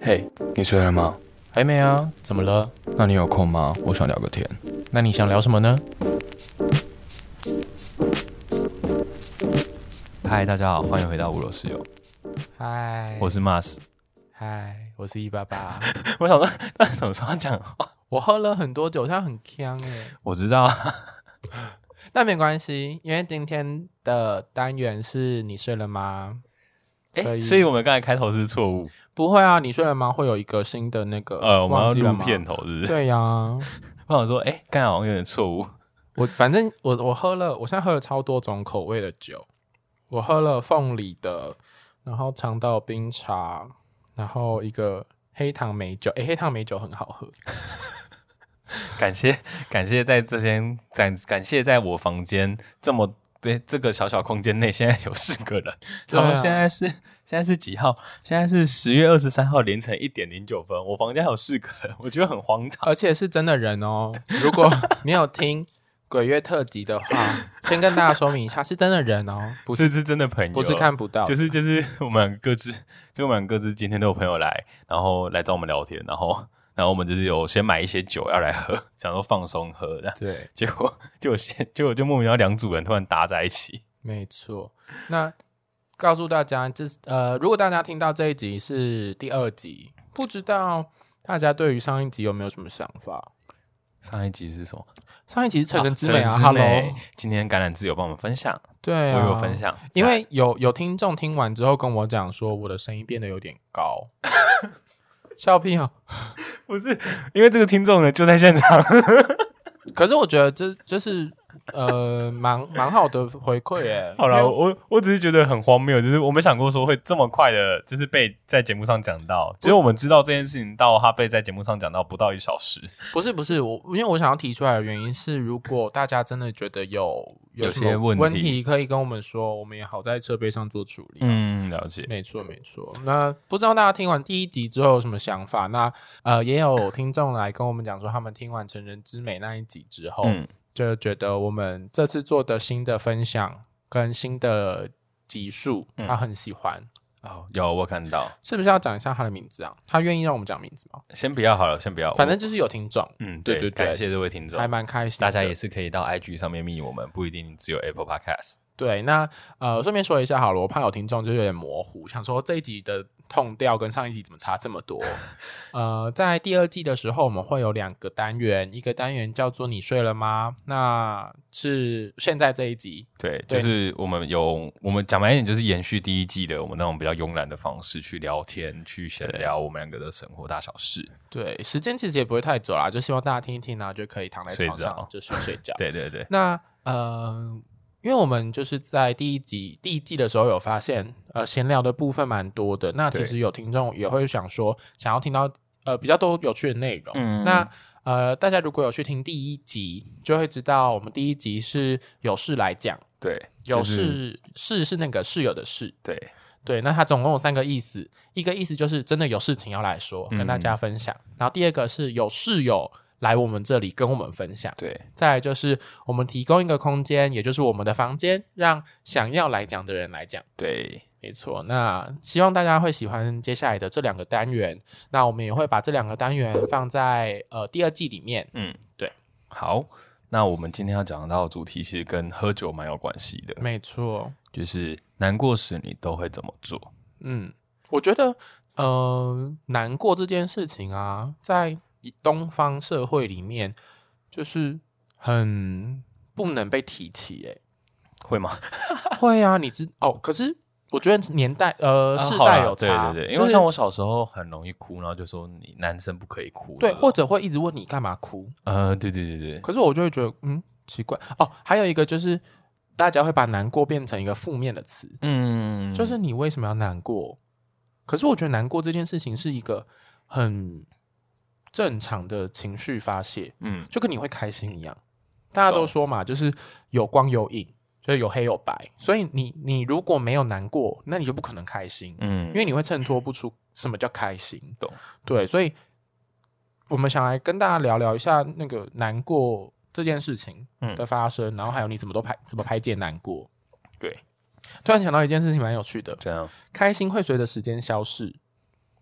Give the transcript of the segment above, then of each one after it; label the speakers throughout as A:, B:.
A: 嘿、你睡了吗？
B: 还没啊？怎么了？
A: 那你有空吗？我想聊个天。
B: 那你想聊什么呢？
C: 嗨，大家好，欢迎回到五楼室友，
B: 嗨，
C: 我是 Mars。
B: 嗨，我是一八八。
C: 我想说， 那什么时候讲话？
B: 我喝了很多酒，现在很呛 哎。
C: 我知道，
B: 但没关系，因为今天的单元是你睡了吗？
C: 哎、
B: 所以
C: 所以我们刚才开头是不是错误？
B: 不会啊，你睡了吗？会有一个新的那个
C: 呃，我们要
B: 忘记了
C: 录
B: 吗
C: 片头是不是？
B: 对呀、
C: 我想说，哎、刚才好像有点错误。
B: 我反正我我喝了，我现在喝了超多种口味的酒，我喝了凤梨的，然后长岛冰茶，然后一个黑糖美酒，诶，黑糖美酒很好喝，
C: 感谢感谢在这间感感谢在我房间这么对这个小小空间内，现在有四个人。
B: 对啊
C: 然后现在是现在是几号？现在是十月二十三号凌晨一点零九分。我房间还有四个人，我觉得很荒唐。
B: 而且是真的人哦。如果你有听鬼月特辑的话，先跟大家说明一下，是真的人哦，不
C: 不
B: 是
C: 是是真的朋友，
B: 不是看不到的，
C: 就是就是我们各自，就我们各自今天都有朋友来，然后来找我们聊天，然后然后我们就是有先买一些酒要来喝，想说放松喝的，
B: 对，
C: 结果结果先结果就莫名其妙两组人突然搭在一起，
B: 没错。那告诉大家，这是呃，如果大家听到这一集是第二集，不知道大家对于上一集有没有什么想法？
C: 上一集是什么？
B: 上一集是成人之美啊
C: 啊
B: 哈喽，
C: Hello，今天橄榄枝有帮我们分享，
B: 对
C: 我
B: 啊，
C: 有分。享，
B: 因为有有听众听完之后跟我讲说，我的声音变得有点 高，笑屁啊！
C: 不是因为这个听众呢就在现场，
B: 可是我觉得这这是呃蛮蛮好的回馈耶。
C: 好
B: 因
C: 了，
B: 为
C: 我我只是觉得很荒谬，就是我没想过说会这么快的，就是被在节目上讲到。其实我们知道这件事情到他被在节目上讲到不到一小时，
B: 不是不是我，因为我想要提出来的原因是，如果大家真的觉得有
C: 有
B: 什
C: 些
B: 么
C: 问
B: 问
C: 题
B: 题，可以跟我们说，我们也好在设备上做处理。
C: 嗯，了解。
B: 没错，没错。那不知道大家听完第一集之后有什么想法？那呃，也有听众来跟我们讲说，他们听完《成人之美》那一集之后，
C: 嗯，
B: 就觉得我们这次做的新的分享跟新的集数，
C: 嗯
B: 他很喜欢。
C: 哦，有我看到，
B: 是不是要讲一下他的名字啊？他愿意让我们讲名字吗？
C: 先不要好了，先不要。
B: 反正
C: 我
B: 就是有听众，
C: 哦嗯，
B: 对
C: 对
B: 对对
C: 感谢这位听众
B: 还，蛮开心的。
C: 大家也是可以到 IG 上面密我们，不一定只有 Apple Podcast。
B: 对。那呃，顺便说一下好了，我怕有听众就有点模糊，想说这一集的痛调跟上一集怎么差这么 多？呃，在第二季的时候，我们会有两个单元，一个单元叫做“你睡了吗”，那是现在这一集，
C: 对，
B: 对
C: 就是我们有我们讲白一点，就是延续第一季的我们那种比较慵懒的方式去聊天，去闲聊我们两个的生活大小事。
B: 对，时间其实也不会太久啦，就希望大家听一听呢、就可以躺在床
C: 睡
B: 上
C: 着
B: 就是睡 觉。
C: 对对对，
B: 那呃，因为我们就是在第一集第一季的时候有发现，呃，闲聊的部分蛮多的。那其
C: 对
B: 实有听众也会想说，想要听到呃比较多有趣的内容。
C: 嗯
B: 那呃，大家如果有去听第一集，就会知道我们第一集是有事来讲，
C: 对，
B: 有
C: 就是
B: 事事是那个室友的事。
C: 对。
B: 对，那它总共有三个意思，一个意思就是真的有事情要来说，跟大
C: 嗯
B: 家分享；然后第二个是有室友来我们这里跟我们分享；
C: 对，
B: 再来就是我们提供一个空间，也就是我们的房间，让想要来讲的人来讲。
C: 对，
B: 没错，那希望大家会喜欢接下来的这两个单元。那我们也会把这两个单元放在呃第二季里面。
C: 嗯，
B: 对。
C: 好，那我们今天要讲到的主题其实跟喝酒蛮有关系的，
B: 没错，
C: 就是难过时你都会怎么做？
B: 嗯，我觉得呃难过这件事情啊，在东方社会里面就是很不能被提起、欸。
C: 会吗？
B: 会啊，你知哦，可是。我觉得年代呃世
C: 啊好啦
B: 代有
C: 对
B: 差，
C: 对对，
B: 就
C: 因为
B: 是
C: 像我小时候很容易哭，然后就说你男生不可以哭，
B: 对，
C: 那种
B: 或者会一直问你干嘛哭，
C: 呃，对对对对，
B: 可是我就会觉得嗯奇怪哦。还有一个就是大家会把难过变成一个负面的词，
C: 嗯，
B: 就是你为什么要难过？可是我觉得难过这件事情是一个很正常的情绪发泄，
C: 嗯，
B: 就跟你会开心一样。大家都说嘛，就是有光有影，就是有黑有白，所以你你如果没有难过，那你就不可能开心。
C: 嗯
B: 因，为你会衬托不出什么叫开心。
C: 懂？
B: 对，所以我们想来跟大家聊聊一下那个难过这件事情
C: 嗯
B: 的发生，然后还有你怎么都排怎么排解难过。
C: 对，
B: 突然想到一件事情蛮有趣的，
C: 这样，
B: 开心会随着时间消逝，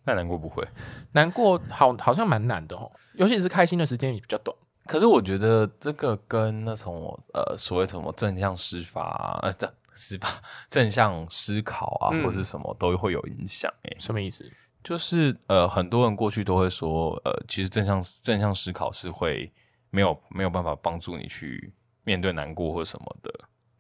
C: 那难过不会。
B: 难过好好像蛮难的哦，尤其是开心的时间也比较短。
C: 可是我觉得这个跟那种呃所谓什么正向施法啊，呃正施法正向思考啊，
B: 嗯
C: 或是什么都会有影响诶、
B: 什么意思？
C: 就是呃很多人过去都会说呃，其实正向正向思考是会没有没有办法帮助你去面对难过或什么的。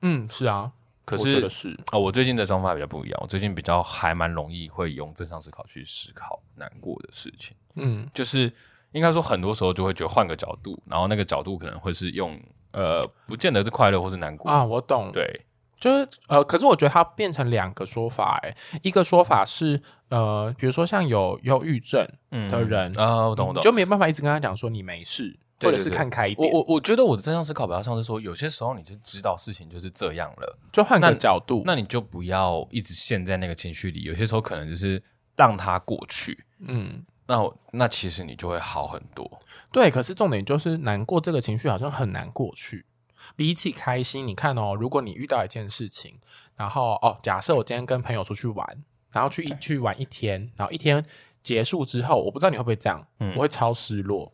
B: 嗯，是啊，
C: 可
B: 我觉
C: 是
B: 得是
C: 啊、我最近的想法比较不一样，我最近比较还蛮容易会用正向思考去思考难过的事情。
B: 嗯
C: 就是应该说很多时候就会觉得换个角度，然后那个角度可能会是用呃，不见得是快乐或是难过，
B: 啊，我懂，
C: 对，
B: 就是呃，可是我觉得它变成两个说法、欸，一个说法是呃，比如说像有忧郁症
C: 嗯
B: 的人，
C: 啊，我懂我懂
B: 你。就没办法一直跟他讲说你没事，
C: 对对
B: 或者是
C: 对
B: 看开一
C: 我
B: 点，
C: 我我觉得我的正向思考比较像是说，有些时候你就知道事情就是这样了，
B: 就换个
C: 那
B: 角度，
C: 那你就不要一直陷在那个情绪里。有些时候可能就是让它过去，
B: 嗯。
C: 那我那其实你就会好很多。
B: 对，可是重点就是难过这个情绪好像很难过去。比起开心，你看哦，如果你遇到一件事情，然后哦，假设我今天跟朋友出去玩，然后去一去玩一天，然后一天结束之后，我不知道你会不会这样，
C: 嗯
B: 我会超失落。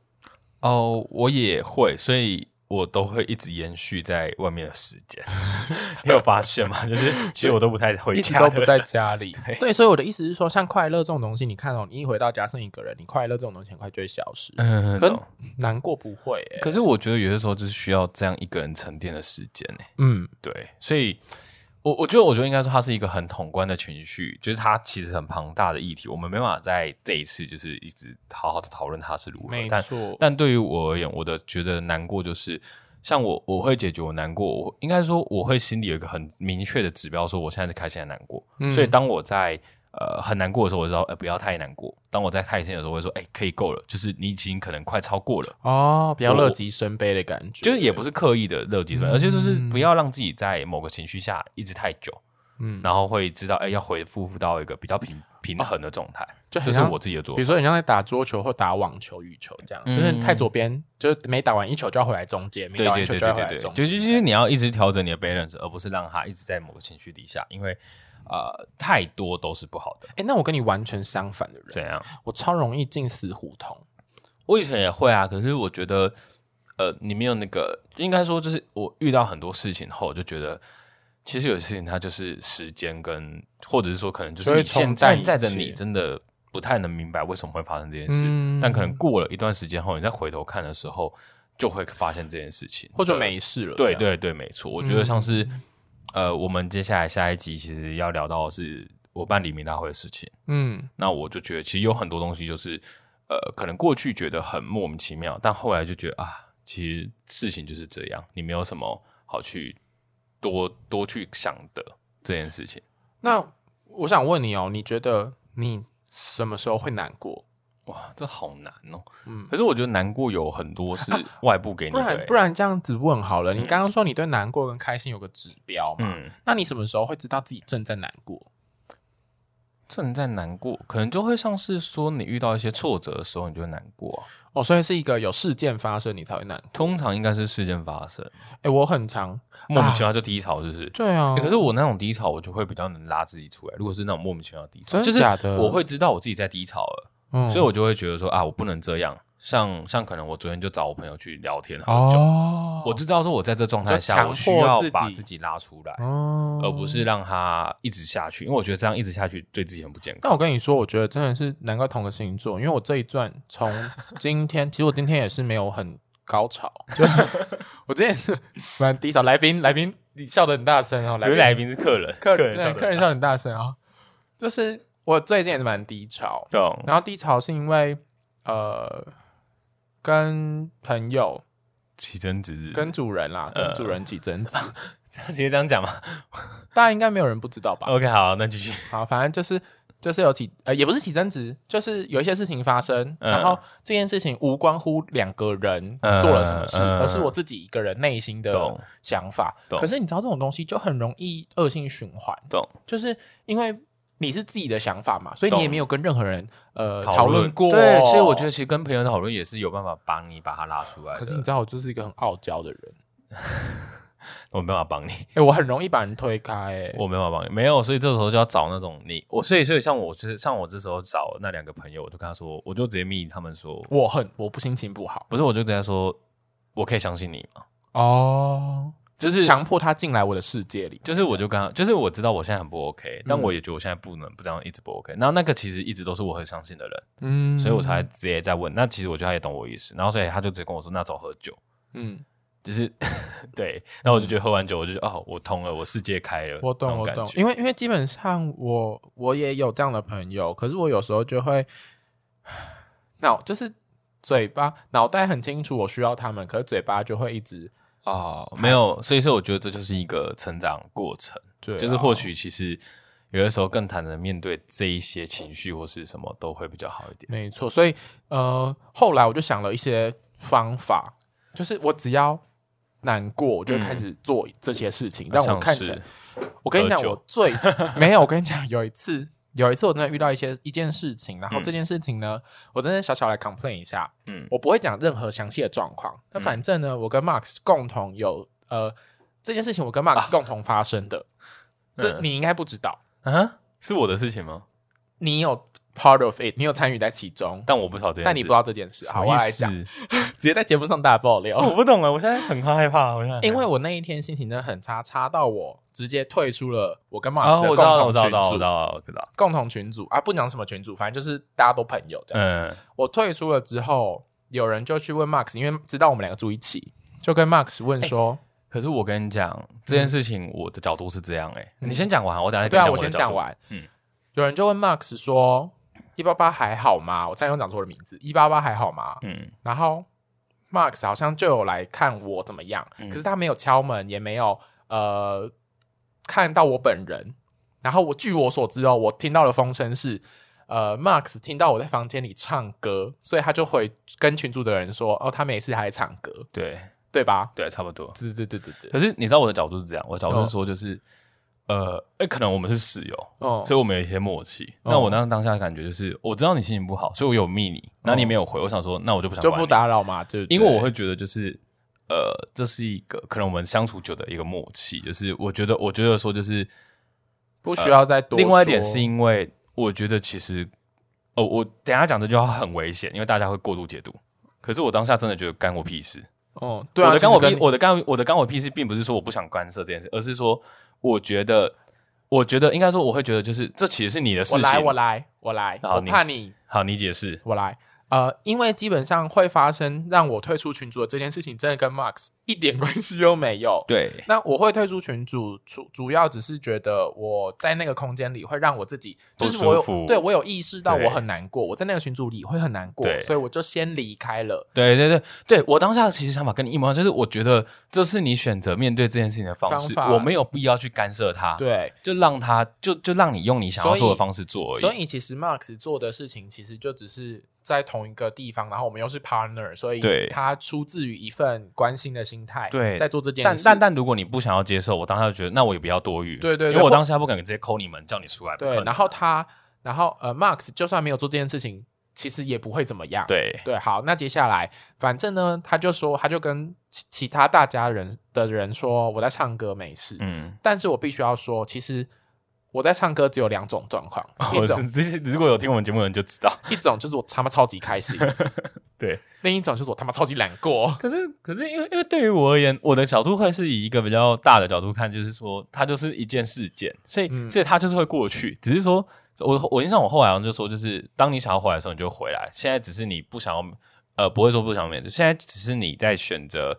C: 哦，我也会，所以我都会一直延续在外面的时间。 你有发现吗？就是其实我都不太回
B: 一直
C: 家的
B: 都
C: 人，
B: 不在家里。 对所以我的意思是说，像快乐这种东西，你看哦，你一回到家剩一个人，你快乐这种东西很快就会消失，
C: 嗯，
B: 可
C: 懂
B: 难过不会、欸。
C: 可是我觉得有些时候就是需要这样一个人沉淀的时间呢、
B: 嗯，
C: 对，所以我我觉得我觉得应该说它是一个很统观的情绪，就是它其实很庞大的议题，我们没办法在这一次就是一直好好的讨论它是如何。
B: 没
C: 但
B: 错。
C: 但对于我而言，我的觉得难过就是。像我，我会解决我难过，我应该说我会心里有一个很明确的指标，说我现在是开心还是难过。
B: 嗯
C: 所以当我在呃很难过的时候，我知道呃不要太难过；当我在开心的时候，我会说哎、可以够了，就是你已经可能快超过了。
B: 哦，比较
C: 我
B: 乐极生悲的感觉，
C: 就是也不是刻意的乐极生悲，
B: 嗯
C: 而且就是不要让自己在某个情绪下一直太久，
B: 嗯，啊
C: 然后会知道哎、要恢复到一个比较平平衡的状态，
B: 就很
C: 这是
B: 像
C: 我自己的做
B: 比如
C: 法。
B: 说你像在打桌球或打网球、羽球这样，
C: 嗯
B: 就是太左边，就是每打完一球就要回来中间，每
C: 对
B: 打完
C: 对
B: 一球
C: 对
B: 就
C: 对
B: 要回来
C: 对
B: 中
C: 对，
B: 间。
C: 就是就是你要一直调整你的 balance，而不是让它一直在某个情绪底下，因为呃太多都是不好的。
B: 哎、那我跟你完全相反的人，
C: 怎样？
B: 我超容易进死胡同。
C: 我以前也会啊，可是我觉得，呃，你没有那个，应该说就是我遇到很多事情后，我就觉得其实有些事情它就是时间跟，或者是说可能就
B: 就是会
C: 你现
B: 冲淡
C: 现在的
B: 一切
C: 你真的不太能明白为什么会发生这件事，
B: 嗯
C: 但可能过了一段时间后，你再回头看的时候，就会发现这件事情，
B: 或者
C: 对
B: 没事了，
C: 对
B: 这样，
C: 对对，没错。我觉得像是、呃，我们接下来下一集其实要聊到的是我办黎明大会的事情。
B: 嗯，
C: 那我就觉得其实有很多东西就是，呃，可能过去觉得很莫名其妙，但后来就觉得啊，其实事情就是这样，你没有什么好去多多去想的这件事情。
B: 那我想问你哦，你觉得你什么时候会难过？
C: 哇，这好难哦。
B: 嗯啊
C: 可是我觉得难过有很多是外部给你
B: 不
C: 的、欸
B: 然不
C: 然，
B: 然这样子问好了，你刚刚说你对难过跟开心有个指标嘛？
C: 嗯，
B: 那你什么时候会知道自己正在难过？
C: 正在难过，可能就会像是说你遇到一些挫折的时候，你就会难过啊、
B: 哦，所以是一个有事件发生你才会难过。
C: 通常应该是事件发生，
B: 哎、我很常
C: 莫名其妙就低潮，就是。
B: 对啊，
C: 欸可是我那种低潮，我就会比较能拉自己出来。如果是那种莫名其妙的低潮，
B: 真
C: 就是
B: 假的
C: 我会知道我自己在低潮了，
B: 嗯
C: 所以我就会觉得说啊，我不能这样。像像可能我昨天就找我朋友去聊天喝酒，
B: 哦，
C: 我知道说我在这状态
B: 就
C: 下，
B: 强
C: 我
B: 迫
C: 需要
B: 自己
C: 把自己拉出来，
B: 哦
C: 而不是让它一直下去，因为我觉得这样一直下去对自己很不健康。
B: 但我跟你说，我觉得真的是难怪同个星座，因为我这一段从今 天，其实我今天也是没有很高潮，就我今天也是蛮低潮。来宾，来宾，你笑得很大声 哦，来
C: 因为
B: 宾，
C: 来宾是客人，
B: 客
C: 人
B: 对
C: 笑得
B: 客人笑得很大声哦。就是我最近也是蛮低潮，
C: 懂
B: 然后低潮是因为呃，跟朋友、
C: 起争执日，
B: 跟主人啦，
C: 呃
B: 跟主人起 争执，
C: 直接这样讲嘛
B: 大家应该没有人不知道吧？
C: ？OK，好，那继续。
B: 好，反正就是就是有起呃，也不是起争执，就是有一些事情发生，
C: 嗯
B: 然后这件事情无关乎两个人
C: 嗯
B: 做了什么事，
C: 嗯
B: 而是我自己一个人内心的
C: 懂
B: 想法。
C: 懂
B: 可是你知道这种东西就很容易恶性循环，
C: 懂
B: 就是因为你是自己的想法嘛，所以你
C: 懂
B: 也没有跟任何人呃讨论过。哦
C: 对，所以我觉得。其实跟朋友讨论也是有办法帮你把它拉出来的。
B: 可是你知道，我就是一个很傲娇的人，
C: 我没办法帮你，
B: 哎、我很容易把人推开、欸，
C: 我没办法帮你，没有，所以这时候就要找那种你我，所以所以像我就是像我这时候找那两个朋友，我就跟他说，我就直接密他们说，
B: 我很我不心情不好
C: 不是，我就跟他说，我可以相信你吗？
B: 哦，
C: 就是
B: 强迫他进来我的世界里，
C: 就是我就跟他，就是我知道我现在很不 OK，但
B: 嗯
C: 我也觉得我现在不能不这样一直不 OK。然后那个其实一直都是我很相信的人，
B: 嗯
C: 所以我才直接在问。那其实我觉得他也懂我意思，然后所以他就直接跟我说：“那走喝酒。
B: 嗯，”
C: 就是 对，然后我就觉得喝完酒，我就觉得哦，我通了，我世界开了，
B: 我懂我懂，因
C: 为
B: 为因为基本上我我也有这样的朋友，可是我有时候就会脑就是嘴巴脑袋很清楚我需要他们，可是嘴巴就会一直
C: 啊、没有，所以说我觉得这就是一个成长过程，
B: 对啊
C: 就是或许其实有的时候更坦然面对这一些情绪或是什么都会比较好一点。
B: 没错，所以呃，后来我就想了一些方法，就是我只要难过，我就会开始做这些事情，让我
C: 嗯啊像
B: 看
C: 是
B: 起来。我跟你讲
C: 喝，酒
B: 我最没有，我跟你讲，有一次，有一次我真的遇到一些一件事情，然后
C: 嗯
B: 这件事情呢，我真的小小来 complain 一下，
C: 嗯
B: 我不会讲任何详细的状况，那反正呢，我跟 Max 共同有呃这件事情，我跟 Max 共同发生 的，这
C: 啊嗯
B: 你应该不知道，
C: 啊，是我的事情吗？
B: 你有 part of it，你有参与在其中，
C: 但我不晓得这件事，
B: 但你不知道这件事，
C: 什
B: 好，
C: 么
B: 我
C: 意
B: 来
C: 思
B: 讲。直接在节目上大爆料。
C: 哦，我不懂了，我现在很害怕，我现在很
B: 因为我那一天心情真的很差，差到我直接退出了我跟马
C: 啊，
B: 斯的
C: 我
B: 共
C: 知道了，
B: 同
C: 我知道
B: 群
C: 了，我知
B: 组，
C: 道了，我知道了，
B: 共同群组啊，不讲什么群组，反正就是大家都朋友这样。
C: 嗯，
B: 我退出了之后，有人就去问 Max，因为知道我们两个住一起，就跟 Max
C: 哎
B: 问说：“
C: 可是我跟你讲这件事情，我的角度是这样，哎，你先讲完，我等下再
B: 对
C: 跟
B: 啊，
C: 你
B: 我
C: 的
B: 先
C: 角
B: 讲
C: 度。
B: 完。”
C: 嗯
B: 有人就问 Max 说：“一八八还好吗？”我差点又讲错我的名字，一八八还好吗？
C: 嗯，
B: 然后 Max 好像就有来看我怎么样，
C: 嗯
B: 可是他没有敲门，也没有呃看到我本人。然后我据我所知哦，我听到的风声是，呃，Max 听到我在房间里唱歌，所以他就回跟群组的人说，哦，他没事，还唱歌，
C: 对
B: 对吧？
C: 对，差不多。
B: 对对对对对，
C: 可是你知道我的角度是这样，我的角度是说就是，呃，哎，可能我们是室友，
B: 哦
C: 所以我们有一些默契。那我当当下的感觉就是，我知道你心情不好，所以我有密你，那你没有回，我想说，那我就不想
B: 哦就
C: 管
B: 不
C: 你
B: 打扰嘛，就
C: 因为我会觉得就是呃，这是一个可能我们相处久的一个默契，就是我觉得我觉得说就是
B: 不需要再多说、
C: 呃另外一点是因为我觉得其实哦，我等一下讲这句话很危险，因为大家会过度解读。可是我当下真的觉得干我屁事，
B: 哦，对啊，
C: 我的干我
B: 其
C: 屁
B: 实跟，你
C: 我的干我的干我屁事，并不是说我不想干涉这件事，而是说我觉得，我觉得应该说我会觉得就是这其实是你的事
B: 我
C: 情。
B: 来，我来，我来，
C: 好
B: 我
C: 你
B: 怕你
C: 好，你解释，
B: 我来。呃，因为基本上会发生让我退出群组的这件事情，真的跟 Max 一点关系都没有。
C: 对，
B: 那我会退出群组，主主要只是觉得我在那个空间里会让我自己，
C: 不
B: 就是我
C: 舒服
B: 有对我有意识到
C: 对
B: 我很难过，我在那个群组里会很难过
C: 对，
B: 所以我就先离开了。
C: 对对对对，我当下其实想法跟你一模一样，就是我觉得这是你选择面对这件事情的方式，
B: 方法
C: 我没有必要去干涉他，，
B: 对，
C: 就让他就就让你用你想要
B: 所以
C: 做的方式做而已。
B: 所以其实 Max 做的事情，其实就只是在同一个地方，然后我们又是 partner，所以
C: 对
B: 他出自于一份关心的心态，
C: 对
B: 在做这件
C: 但
B: 事。
C: 但但如果你不想要接受，我当下就觉得那我也不要多余，
B: 对对对
C: 因为我当下不敢直接抠你们叫你出来，不可
B: 对，
C: 能
B: 然后他，然后呃，Max 就算没有做这件事情，其实也不会怎么样。
C: 对
B: 对，好，那接下来反正呢，他就说，他就跟其其他大家人的人说我在唱歌没事，
C: 嗯，
B: 但是我必须要说，其实我在唱歌只有两种状况，一
C: 我
B: 种
C: 哦是这些如果有听我们节目的人就知道，
B: 一种就是我他妈超级 开心，
C: 对。
B: 另一种就是我他妈超级难过。
C: 可是可是因为因为对于我而言，我的角度会是以一个比较大的角度看，就是说它就是一件事件，所以、
B: 嗯
C: 所以它就是会过去，只是说我我印象我后来好像就说，就是当你想要回来的时候你就回来，现在只是你不想要呃不会说不想面对，现在只是你在选择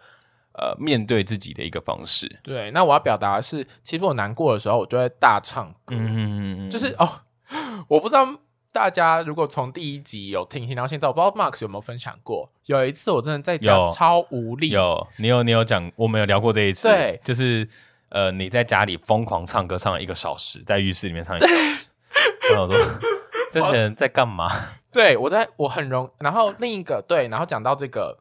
C: 呃面对自己的一个方式，
B: 对，那我要表达的是，其实我难过的时候，我就会大唱歌，
C: 嗯，
B: 就是哦，我不知道大家如果从第一集有听听到现在，我不知道 Max 有没有分享过。有一次我真的在家
C: 有
B: 超无力，
C: 有，你有你有讲，我们有聊过这一次，
B: 对
C: 就是呃，你在家里疯狂唱歌，唱了一个小时，在浴室里面唱一个小 时，然后我说这些人在干嘛？
B: 对我在我很容，然后另一个对，然后讲到这个，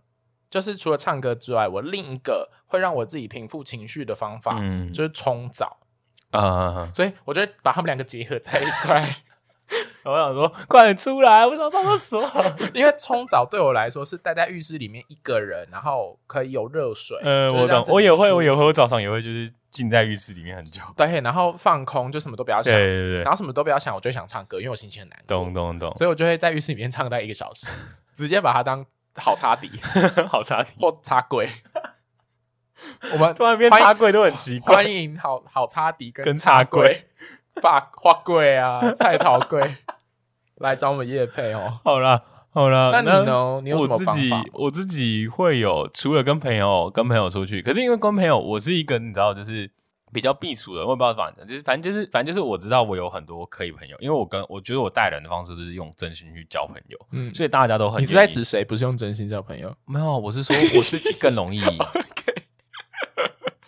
B: 就是除了唱歌之外，我另一个会让我自己平复情绪的方法、
C: 嗯
B: 就是冲澡，
C: 啊、
B: 所以我就把他们两个结合在一块。
C: 我想说，快点出来，我想上厕 所。
B: 因为冲澡对我来说是待在浴室里面一个人，然后可以有热水。
C: 呃，
B: 就是
C: 我
B: 让
C: 懂
B: 自，己
C: 我也会，
B: 舒
C: 我也会，我早上也会，就是浸在浴室里面很久。
B: 对，然后放空，就什么都不要
C: 对
B: 想，
C: 对对
B: 然，后什么都不要想，我就想唱歌，因为我心情很难过，
C: 懂懂 懂，
B: 所以我就会在浴室里面唱大概一个小时，直接把它当好擦底
C: 好差题。
B: 或擦柜。我 们
C: 突然变
B: 欢迎
C: 插柜都很奇怪
B: 欢，迎好好擦底跟
C: 跟插
B: 插柜
C: 柜、
B: 发花柜啊、菜桃柜来找我们叶配哦。
C: 好啦好啦，
B: 那你呢？你有什
C: 我
B: 么
C: 自
B: 方
C: 己
B: 法吗？
C: 我自己会有，除了跟朋友跟朋友出去，可是因为跟朋友，我是一个你知道，就是比较避暑的，我也不知道怎么讲，就是反正就是反正就是我知道我有很多可以朋友，因为我跟我觉得我待人的方式就是用真心去交朋友，
B: 嗯，
C: 所以大家都很
B: 你是在
C: 愿意
B: 指谁？不是用真心交朋友。
C: 没有，啊我 是说我自己更容易。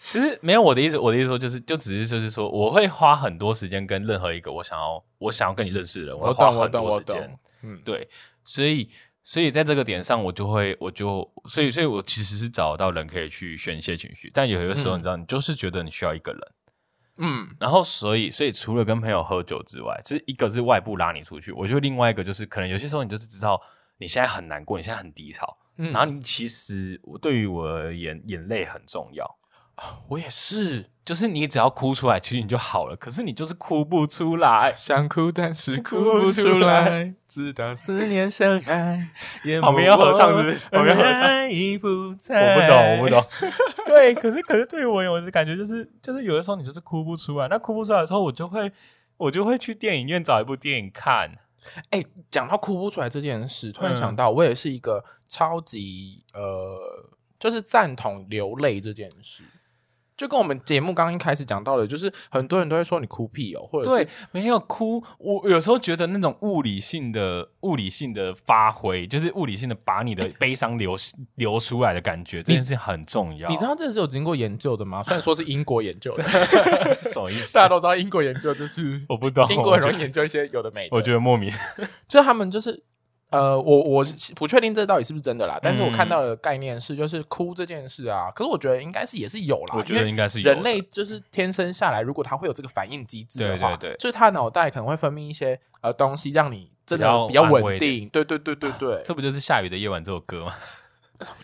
C: 其实没有我的意思，我的意思说就是，就只是就是说，我会花很多时间跟任何一个我想要我想要跟你认识的人，
B: 我
C: 会花
B: 懂，我
C: 很
B: 懂，
C: 多
B: 我
C: 时
B: 懂
C: 间。。
B: 嗯，
C: 对，所以所以在这个点上，我就会我就所以所以我其实是找到人可以去宣泄情绪，但有些时候
B: 嗯
C: 你知道，你就是觉得你需要一个人，
B: 嗯，
C: 然后所以所以除了跟朋友喝酒之外，就是一个是外部拉你出去，我觉得另外一个就是可能有些时候你就是知道你现在很难过，你现在很低潮，
B: 嗯
C: 然后你其实我对于我而言，眼泪很重要。
B: 我也是
C: 啊就是你只要哭出来，其实你就好了。可是你就是哭不出来，
B: 哎想哭，但是
C: 哭不出来，
B: 直到思念 盛开。
C: 旁边要合唱是不是旁边要合唱
B: 唱，已不
C: 我
B: 在
C: 不懂，我不。懂。 对，可是可是对于我而言，我的感觉就是就是有的时候你就是哭不出来，那哭不出来的时候，我就会我就会去电影院找一部电影看。
B: 哎、讲到哭不出来这件事，突然
C: 嗯
B: 想到，我也是一个超级呃，就是赞同流泪这件事。就跟我们节目刚一开始讲到的，就是很多人都会说你哭屁哦，或者是
C: 对，没有哭，我有时候觉得那种物理性的物理性的发挥，就是物理性的把你的悲伤流流出来的感觉，这件事情很重要。
B: 你知道这是有经过研究的吗？虽然说是英国研究的，
C: 什么意思
B: 大？家都知道英国研究就是
C: 我不懂，
B: 英国
C: 我
B: 很
C: 觉
B: 容
C: 得
B: 易研究一些有的没的。
C: 我觉得莫名。
B: 就他们就是呃，我我不确定这到底是不是真的啦，但是我
C: 嗯
B: 看到的概念是，就是哭这件事啊，可是我觉得应该是也是有啦，
C: 我觉得
B: 因为
C: 应该是有的
B: 人类就是天生下来，如果他会有这个反应机制的话，
C: 对对对
B: 就是他脑袋可能会分泌一些呃东西，让你真的
C: 比较
B: 比较
C: 安慰
B: 稳
C: 一啊
B: 定，对对对对对
C: 这不就是《下雨的夜晚》这首歌吗？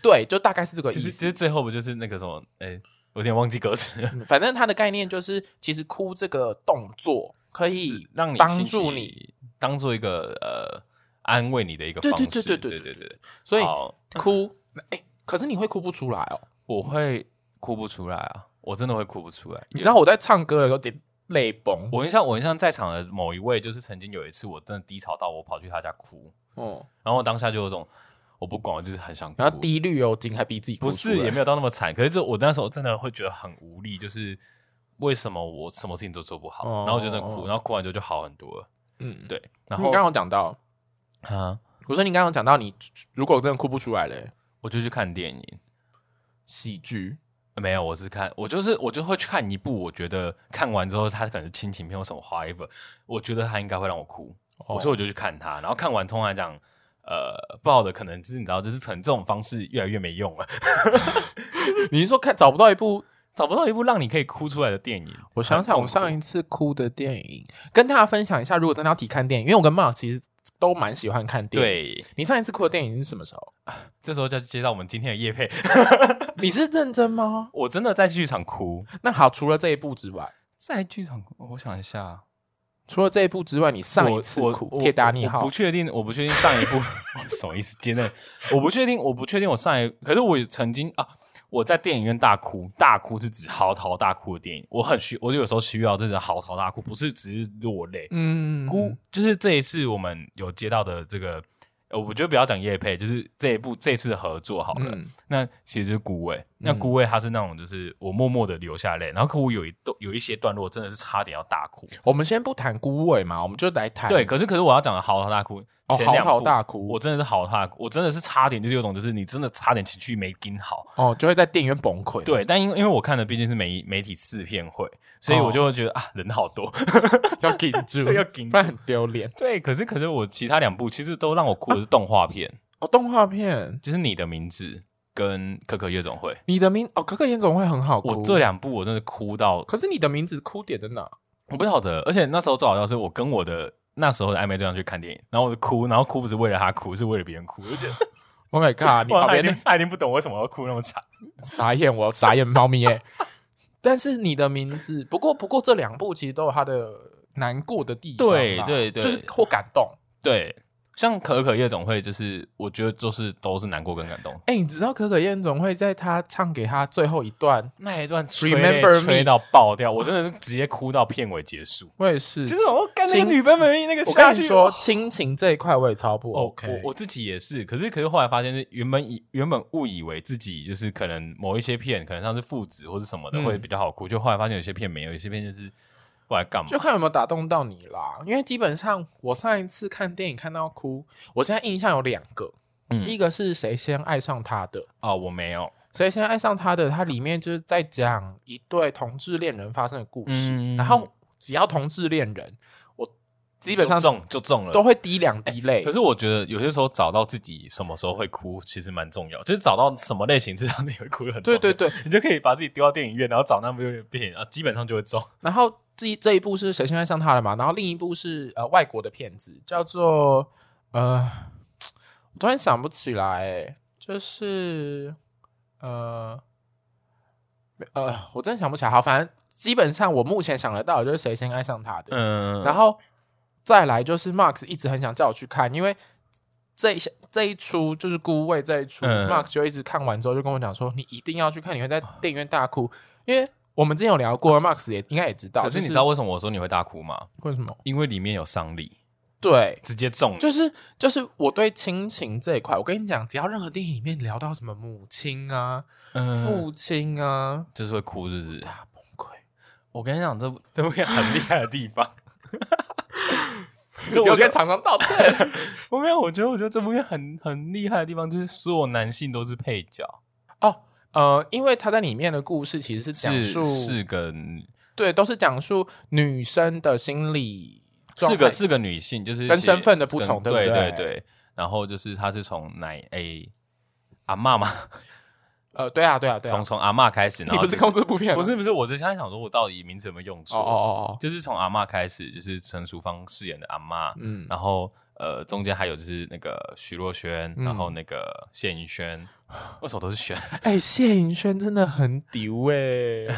B: 对，就大概是这个意
C: 就是
B: 思。
C: 就是最后不就是那个什么？哎，我有点忘记歌词了。
B: 嗯反正它的概念就是，其实哭这个动作可以
C: 让你
B: 帮
C: 兴
B: 助
C: 起
B: 你，，
C: 当做一个呃安慰你的一个
B: 对
C: 方式。
B: 对对对
C: 对
B: 对
C: 对
B: 所以
C: 好，
B: 哭，哎、可是你会哭不出来哦。
C: 我会哭不出来啊，我真的会哭不出来。
B: 你知道我在唱歌的时候，得泪崩。
C: 我印象我印象在场的某一位，就是曾经有一次我真的低潮到我跑去他家哭，
B: 哦，
C: 然后我当下就有种我不管，我就是很想哭。
B: 然后滴绿油精还逼自己
C: 不
B: 哭出来
C: 是也没有到那么惨，可是就我那时候真的会觉得很无力，就是为什么我什么事情都做不好，
B: 哦
C: 然后我就真的
B: 哦
C: 哭，然后哭完之后就好很多了。
B: 嗯，
C: 对，然
B: 你
C: 后
B: 刚刚有讲到，
C: 啊，
B: 我说你刚刚有讲到你，如果真的哭不出来嘞，
C: 我就去看电影。
B: 喜剧
C: 没有，我是看我就是我就会去看一部，我觉得看完之后，它可能是亲情片或什么 whatever，我觉得它应该会让我哭，
B: 哦
C: 我所以我就去看它，然后看完通常来讲，呃，不好的可能就是你知道，就是可能这种方式越来越没用了，
B: 你是说看找不到一部？
C: 找不到一部让你可以哭出来的电影。
B: 我想想，我上
C: 一
B: 一次哭的电影，跟大家分享一下。如果真的要提看电影，因为我跟 Mark 其实都蛮喜欢看电影。
C: 对，
B: 你上一次哭的电影是什么时候？
C: 这时候就要接到我们今天的叶配，
B: 你是认真吗？
C: 我真的在剧场哭，
B: 那好，除了这一部之外，
C: 在剧场哭，我想一下，啊
B: 除了这一部之外，你上一次
C: 我
B: 哭
C: 我
B: 《铁达
C: 我
B: 尼
C: 我
B: 号
C: 不》确定，我不确定上一部 我什么意思？接着，我不确定，我不确定我上一，可是我也曾经啊，我在电影院大哭，大哭是指嚎啕大哭的电影，我很需，我有时候需要这种嚎啕大哭，不是只是落泪，
B: 嗯，
C: 哭就是这一次我们有接到的这个，呃我觉得不要讲叶配，就是这一部这一次的合作好了。
B: 嗯
C: 那其实就是孤味，那孤味它是那种就是我默默的流下泪，然后可我有一段有一些段落真的是差点要大哭。
B: 我们先不谈孤味嘛，我们就来谈
C: 对，可是可是我要讲的嚎啕大哭，
B: 哦
C: 前两
B: 嚎
C: 部
B: 啕大哭
C: 我真的是嚎啕大哭，我真的是差点就是有种就是你真的差点情绪没跟好。
B: 哦，就会在电影院崩溃。
C: 对，但因为因为我看的毕竟是媒媒体试片会，所以
B: 哦
C: 我就会觉得、啊人好多。
B: 要顶住，
C: 对要顶住
B: 不然很丢脸。
C: 对，可是可是我其他两部其实都让我哭的是动画片，
B: 哦，动画片，
C: 就是你的名字跟可可夜总会。
B: 你的名哦，可可演总会很好哭。
C: 我这两部我真的哭到
B: 可是你的名字哭点在哪？
C: 我不晓得，而且那时候最好笑是我跟我的那时候的暧昧对象去看电影，然后我就哭，然后哭不是为了他哭，是为了别人哭，我就觉得
B: Oh my god！你
C: 哇，
B: 旁
C: 他一
B: 边
C: 定他一定不懂为什么要哭那么惨。
B: 傻眼，我傻眼猫咪耶、 但是你的名字，不过不过这两部其实都有它的难过的地方嘛，
C: 对对对
B: 就是或感动。
C: 对，像可可夜总会，就是我觉得就是都是难过跟感动。
B: 哎、你知道可可夜总会在他唱给他最后一段，
C: 那一段吹
B: Remember
C: 泪吹
B: me
C: 到爆掉，我真的是直接哭到片尾结束。
B: 我也是，
C: 其实我哦干那个
B: 亲
C: 女版本那个
B: 我
C: 下
B: 跟你
C: 去，
B: 说，
C: 哦
B: 亲情这一块我也超不
C: 哦
B: OK。
C: 我我自己也是，可是可是后来发现是原本以原本误以为自己就是可能某一些片，可能像是父子或是什么的、
B: 嗯
C: 会比较好哭，就后来发现有些片没有，有些片就是过来干嘛
B: 就？看有没有打动到你啦。因为基本上我上一次看电影看到哭，我现在印象有两个，
C: 嗯
B: 一个是谁先爱上他的，
C: 哦，我没有，
B: 谁先爱上他的，它里面就是在讲一对同志恋人发生的故事。
C: 嗯
B: 然后只要同志恋人，我基本上
C: 就中就中了，哎
B: 都会滴两滴泪。
C: 可是我觉得有些时候找到自己什么时候会哭，其实蛮重要。就是找到什么类型是让自己会哭的很重
B: 对
C: 要。
B: 对，对，
C: 你就可以把自己丢到电影院，然后找那部电影啊，基本上就会中。
B: 然后这一这一部是谁先爱上他了嘛？然后另一部是呃外国的片子，叫做呃，我突然想不起来、欸，就是呃呃，我真的想不起来。好，反正基本上我目前想得到的就是谁先爱上他的，
C: 嗯
B: 然后再来就是 Max 一直很想叫我去看，因为这一下这一出就是《孤味》这一出、
C: 嗯啊
B: m a x 就一直看完之后就跟我讲说，你一定要去看，你会在电影院大哭，因为我们之前有聊过，Max 也应该也知道。
C: 可是
B: 就
C: 你知道为什么我说你会大哭吗？
B: 为什么？
C: 因为里面有丧礼，
B: 对，
C: 直接中了。
B: 就是就是我对亲情这一块，我跟你讲，只要任何电影里面聊到什么母亲啊、
C: 嗯
B: 父 亲啊，
C: 就是会哭，是不是？
B: 大崩溃。
C: 我跟你讲，这部这部片很厉害的地方。就
B: 我
C: 我
B: 跟
C: 跟
B: 厂商道歉。
C: 我没有，我觉得我觉得这部片很很厉害的地方，就是所有男性都是配角，
B: 哦，呃，因为他在里面的故事其实是讲
C: 是
B: 述
C: 是个
B: 对，都是讲述女生的心理状
C: 是
B: 态
C: 个是个女性，就是
B: 跟
C: 写
B: 身份的不同
C: 跟
B: 对
C: 对
B: 不对
C: 对对。然后就是她是从奶诶、阿嬷嘛，
B: 呃，对啊，对啊，对啊
C: 从。 从阿嬷开始，然
B: 你
C: 后
B: 不是
C: 就是
B: 控制部片吗？
C: 不是不是，我之前想说我到底名字有没有用
B: 哦
C: 错？
B: 哦哦哦，
C: 就是从阿嬷开始，就是陈淑芳饰演的阿嬷，
B: 嗯，
C: 然后呃中间还有就是那个徐若瑄，
B: 嗯
C: 然后那个谢盈萱，为什么都是萱？
B: 哎，谢盈萱真的很丢哎，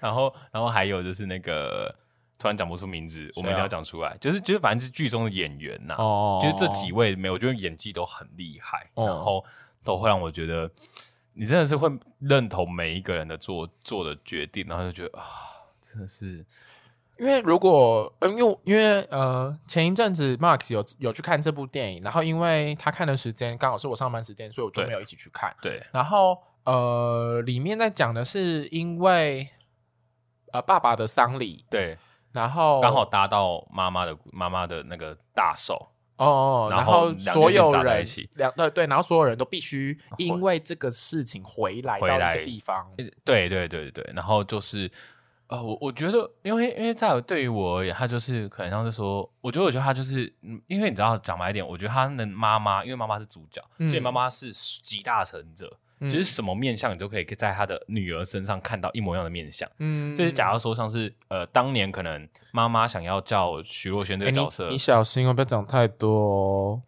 C: 然后然后还有就是那个突然讲不出名字，我们一定要讲出来，就是就是反正是剧中的演员呐、
B: 啊哦
C: 就是这几位没有，我觉得演技都很厉害，
B: 哦
C: 然后都会让我觉得你真的是会认同每一个人的做做的决定，然后就觉得啊，真的是
B: 因为如果，呃、因为我因为呃，前一阵子 Max 有有去看这部电影，然后因为他看的时间刚好是我上班时间，所以我就
C: 对
B: 没有一起去看。
C: 对，
B: 然后呃，里面在讲的是因为呃爸爸的丧礼，
C: 对，
B: 然后
C: 刚好搭到妈妈的妈妈的那个大手，
B: 哦，
C: 然
B: 然
C: 后
B: 后
C: 两件
B: 所
C: 事
B: 有
C: 砸在
B: 人
C: 一起
B: 两对对，然后所有人都必须
C: 回
B: 因为这个事情回来
C: 回
B: 到一
C: 来
B: 个地方，
C: 对对对对，然后就是。呃，我我觉得，因为因为在我对于我而言，他就是可能像是说，我觉得我觉得他就是，嗯因为你知道讲白一点，我觉得他的妈妈，因为妈妈是主角，
B: 嗯
C: 所以妈妈是集大成者，
B: 嗯
C: 就是什么面相你都可以在他的女儿身上看到一模一样的面相。
B: 嗯
C: 就是假如说像是呃，当年可能妈妈想要叫徐若瑄这个
B: 哎你
C: 角色，
B: 你小心哦，不要讲太多哦。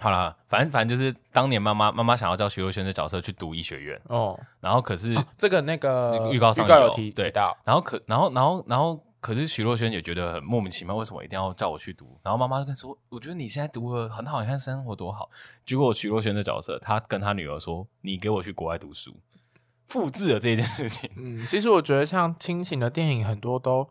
C: 好啦，反正反正就是当年妈妈妈妈想要叫徐若瑄这角色去读医学院，
B: 哦，
C: 然后可是、
B: 啊这个那个
C: 预告上
B: 预告
C: 有
B: 有提
C: 对
B: 提到，
C: 然后可然后然后然后可是徐若瑄也觉得很莫名其妙，为什么一定要叫我去读？然后妈妈就跟说，我觉得你现在读的很好，你看生活多好。结果徐若瑄这角色，她跟她女儿说，你给我去国外读书，复制了这件事情。
B: 嗯，其实我觉得像亲情的电影很多都，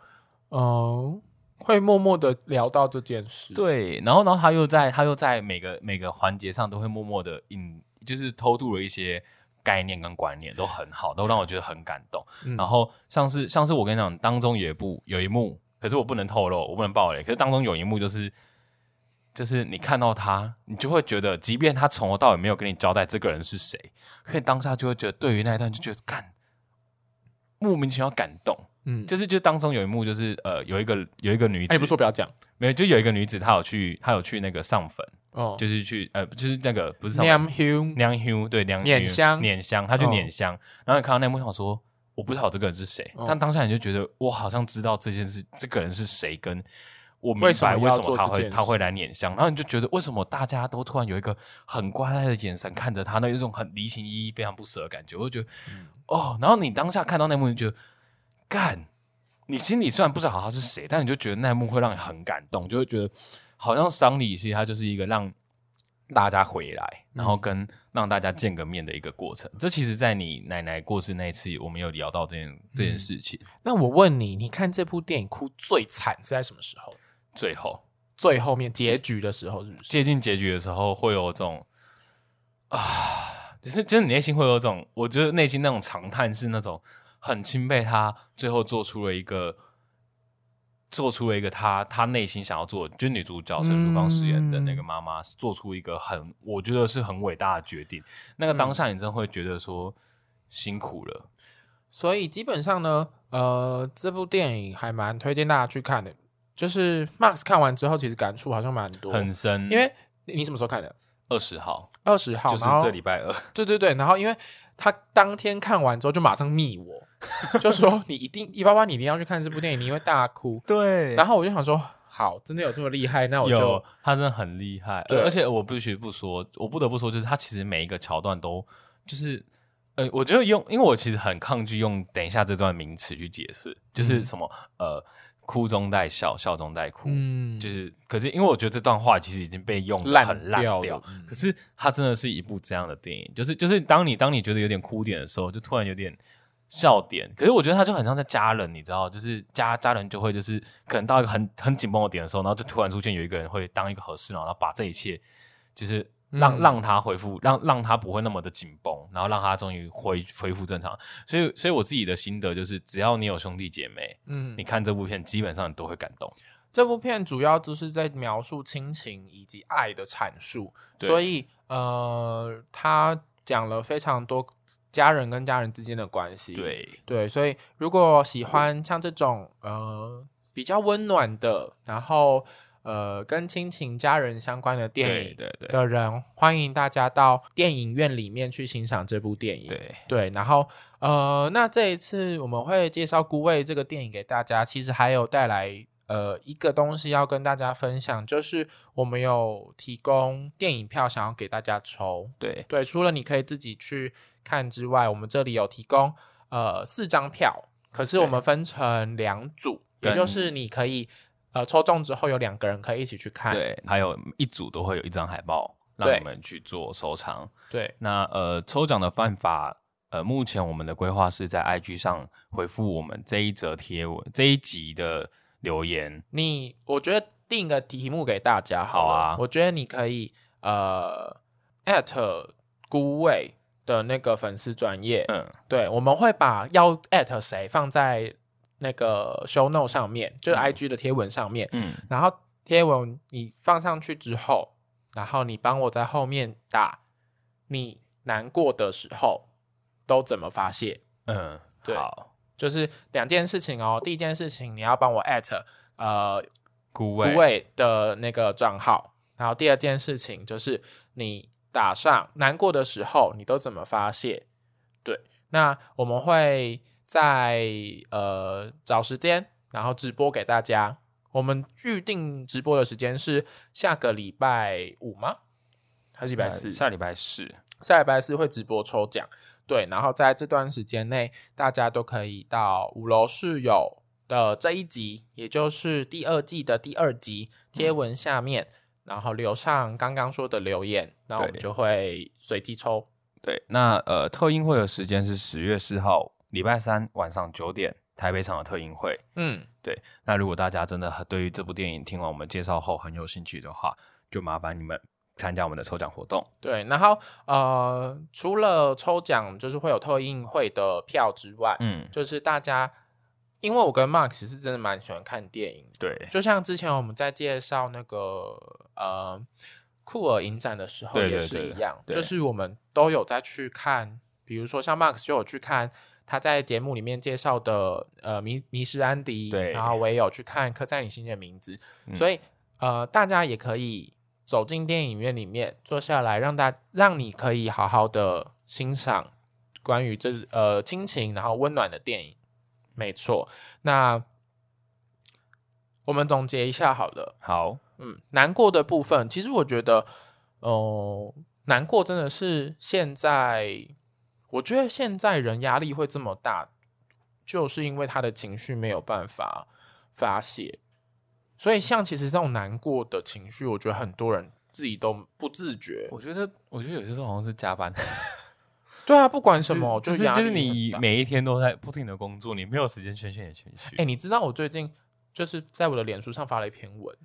B: 嗯、会默默的聊到这件事。，
C: 对，然后然后他又在他又在每个每个环节上都会默默的引，就是偷渡了一些概念跟观念，都很好，都让我觉得很感动。
B: 嗯
C: 然后像是像是我跟你讲，当中有一部有一幕，可是我不能透露，我不能爆雷。可是当中有一幕就是。就是你看到他，你就会觉得，即便他从头到尾没有跟你交代这个人是谁，可你当下就会觉得，对于那一段就觉得，干，莫名其妙感动。
B: 嗯，
C: 就是就当中有一幕，就是呃，有一个有一个女子，
B: 哎，你不说不要讲
C: 没有，就有一个女子，她有去，她有去那个上坟，
B: 哦，
C: 就是去呃，就是那个不是上坟
B: Nam Hume，
C: 娘香，对娘
B: 捻香
C: 捻香，她去
B: 哦
C: 捻香，然后你看到那幕，想说我不知道这个人是谁，
B: 哦
C: 但当下你就觉得我好像知道这件事，这个人是谁，跟我明
B: 为什么
C: 白为什
B: 要做
C: 么他
B: 这
C: 会
B: 件
C: 他会
B: 事
C: 来捻香，然后你就觉得为什么大家都突然有一个很关爱的眼神看着他，那有一种很离情依依、非常不舍的感觉，我就觉得、
B: 嗯
C: 哦，然后你当下看到那幕，你就觉得干，你心里虽然不知道他是谁，但你就觉得那幕会让你很感动，就会觉得好像丧礼其实它就是一个让大家回来，然后跟让大家见个面的一个过程。这其实，在你奶奶过世那一次，我们有聊到这件这件事情。
B: 那我问你，你看这部电影哭最惨是在什么时候？
C: 最后
B: 最后面结局的时候是不是？
C: 接近结局的时候，会有这种啊，就是就是你内心会有一种，我觉得内心那种长叹是那种很钦佩他最后做出了一个。做出了一个他他内心想要做的，就是女主角陈淑芳饰演的那
B: 嗯
C: 个妈妈，做出一个很我觉得是很伟大的决定。那个
B: 嗯
C: 当下，你真的会觉得说辛苦了，
B: 所以基本上呢，呃，这部电影还蛮推荐大家去看的。就是 Max 看完之后，其实感触好像蛮多，
C: 很深。
B: 哦因为你什么时候看的？
C: 二十号
B: 二十号，
C: 就是
B: 然后
C: 这礼拜二，
B: 对对对，然后因为他当天看完之后就马上密 我，就说你一定一八八你一定要去看这部电影，你会大哭。
C: 对
B: 然后我就想说，好，真的有这么厉害？那我
C: 有
B: 就，
C: 他真的很厉害，
B: 对
C: 而而且我必须不说，我不得不说，就是他其实每一个桥段都就是，呃，我觉得用，因为我其实很抗拒用“等一下”这段名词去解释，就是什么、呃，哭中带笑，笑中带哭，
B: 嗯，
C: 就是，可是因为我觉得这段话其实已经被用得
B: 烂
C: 很烂
B: 掉
C: 掉，
B: 了嗯
C: 可是它真的是一部这样的电影，就是就是当你当你觉得有点哭点的时候，就突然有点笑点。可是我觉得它就很像在家人，你知道，就是家家人就会就是可能到一个很很紧绷的点的时候，然后就突然出现有一个人会当一个合适人，然后把这一切就是让、
B: 嗯
C: 让他恢复，让让他不会那么的紧绷，然后让他终于恢恢复正常。所以所以我自己的心得就是，只要你有兄弟姐妹，
B: 嗯
C: 你，看这部片基本上你都会感动。
B: 这部片主要就是在描述亲情以及爱的阐述，
C: 对
B: 所以呃，他讲了非常多家人跟家人之间的关系。
C: 对。
B: 对，所以如果喜欢像这种呃比较温暖的，然后呃跟亲情家人相关的电
C: 对
B: 影
C: 对对
B: 的人，欢迎大家到电影院里面去欣赏这部电影。
C: 对，
B: 对，然后呃，那这一次我们会介绍《孤味》这个电影给大家，其实还有带来呃一个东西要跟大家分享，就是我们有提供电影票想要给大家抽。
C: 对
B: 对，除了你可以自己去看之外，我们这里有提供呃四张票，可是我们分成两组，也
C: 跟
B: 就是你可以呃抽中之后有两个人可以一起去看。
C: 对，还有一组都会有一张海报让
B: 对
C: 你们去做收藏。
B: 对
C: 那呃，抽奖的办法，呃，目前我们的规划是在 IG 上回复我们这一则贴文这一集的留言。
B: 你，我觉得定个题目给大家
C: 好
B: 好
C: 啊
B: 了我觉得你可以呃 at 孤位的那个粉丝专业，
C: 嗯，
B: 对，我们会把要 at 谁放在那个 show note 上面，就是 IG 的贴文上面。
C: 嗯，
B: 然后贴文你放上去之后，然后你帮我在后面打你难过的时候都怎么发泄，
C: 嗯，
B: 对
C: 好，
B: 就是两件事情哦。第一件事情你要帮我 at 呃
C: 顾
B: 顾
C: 位，
B: 伟的那个账号，然后第二件事情就是你打上难过的时候你都怎么发泄，对，那我们会在呃找时间，然后直播给大家。我们预定直播的时间是下个礼拜五吗？还是礼拜四？
C: 呃下礼拜四，
B: 下礼拜四会直播抽奖，对，然后在这段时间内，大家都可以到五楼室友的这一集，也就是第二季的第二集
C: 嗯
B: 贴文下面，然后留上刚刚说的留言，然后我们
C: 对
B: 就会随机抽。
C: 对，那呃，特映会的时间是十月四号礼拜三晚上九点，台北场的特映会。
B: 嗯，
C: 对，那如果大家真的很对于这部电影听完我们介绍后很有兴趣的话，就麻烦你们参加我们的抽奖活动。
B: 对，然后呃，除了抽奖就是会有特映会的票之外，
C: 嗯，
B: 就是大家，因为我跟 Max 是真的蛮喜欢看电影的
C: 对，
B: 就像之前我们在介绍那个呃酷儿影展的时候
C: 对
B: 也
C: 对
B: 是
C: 对
B: 一样，
C: 对
B: 就是我们都有在去看，比如说像 Max 就有去看他在节目里面介绍的呃《迷迷失安迪》，
C: 对
B: 然后我也有去看《刻在你心底的名字》
C: 嗯
B: 所以呃大家也可以走进电影院里面坐下来，让大让你可以好好的欣赏关于这呃亲情然后温暖的电影，没错，那。我们总结一下好了。
C: 好，
B: 嗯，难过的部分，其实我觉得，哦、难过真的是现在，我觉得现在人压力会这么大，就是因为他的情绪没有办法发泄，所以像其实这种难过的情绪，我觉得很多人自己都不自觉。
C: 我觉得我觉得有些时候好像是加 班，
B: 对啊，不管什么，
C: 就是
B: 压力
C: 就是
B: 很
C: 你
B: 大
C: 每一天都在不停的工作，你没有时间宣泄你的情绪。
B: 哎、你知道我最近就是在我的脸书上发了一篇文，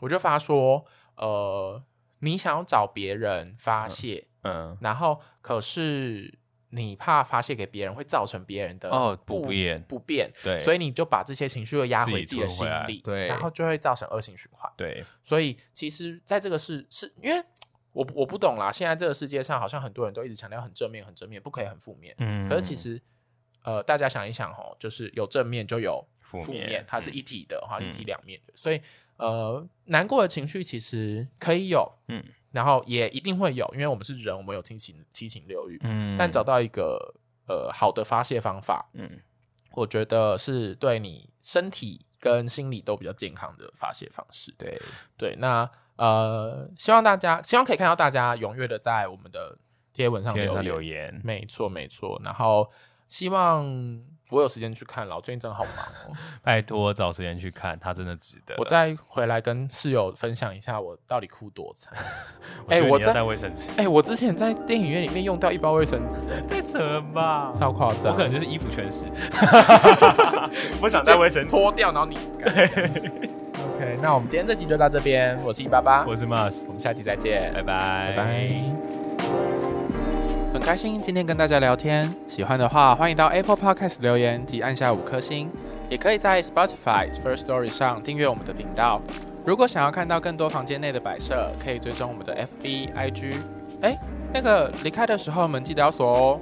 B: 我就发说，呃，你想要找别人发泄，
C: 嗯，
B: 然后可是你怕发泄给别人会造成别人的
C: 哦不便
B: 不便，
C: 对，
B: 所
C: 以
B: 以你就把这些情绪又压
C: 自己
B: 回自己的
C: 吞
B: 心
C: 回来
B: 里，
C: 对
B: 然后就会造成恶性循环。
C: 对，
B: 所以其实在这个世是因为我我不懂啦，现在这个世界上好像很多人都一直强调很正面，很正面，不可以很负面。
C: 嗯
B: 可是其实，呃，大家想一想哦，就是有正面就有
C: 负
B: 负
C: 面
B: 面，它是
C: 嗯
B: 一体的哈，
C: 嗯
B: 一体两面的。所以，呃，难过的情绪其实可以有，
C: 嗯，
B: 然后也一定会有，因为我们是人，我们有七情七情六欲。
C: 嗯
B: 但找到一个呃好的发泄方法，
C: 嗯
B: 我觉得是对你身体跟心理都比较健康的发泄方式。
C: 对，
B: 对，那呃，希望大家希望可以看到大家踊跃的在我们的贴文上
C: 天
B: 留
C: 天在
B: 言，
C: 留言，
B: 没错没错。然后希望我有时间去看了，我最近真的好忙 哦。
C: 拜托找时间去看，它真的值得。
B: 我再回来跟室友分享一下我到底哭多惨。
C: 哎，
B: 哎
C: 我
B: 我
C: 觉得你要
B: 在
C: 带卫生 纸，
B: 哎、我之前在电影院里面用掉一包卫生纸，
C: 太扯了吧？
B: 超夸张。
C: 我可能就是衣服全 湿， 我想带卫生纸。
B: 脱掉，然后你对。OK，那我 们今天这集就到这边，我是一八八，
C: 我是 Mars，
B: 我们下期再见，
C: 拜拜
B: 拜拜。很开心今天跟大家聊天，喜欢的话欢迎到 Apple Podcast 留言及按下五颗星，也可以在 Spotify First Story 上订阅我们的频道。如果想要看到更多房间内的摆设，可以追踪我们的 FB、IG。哎，那个离开的时候门记得要锁哦。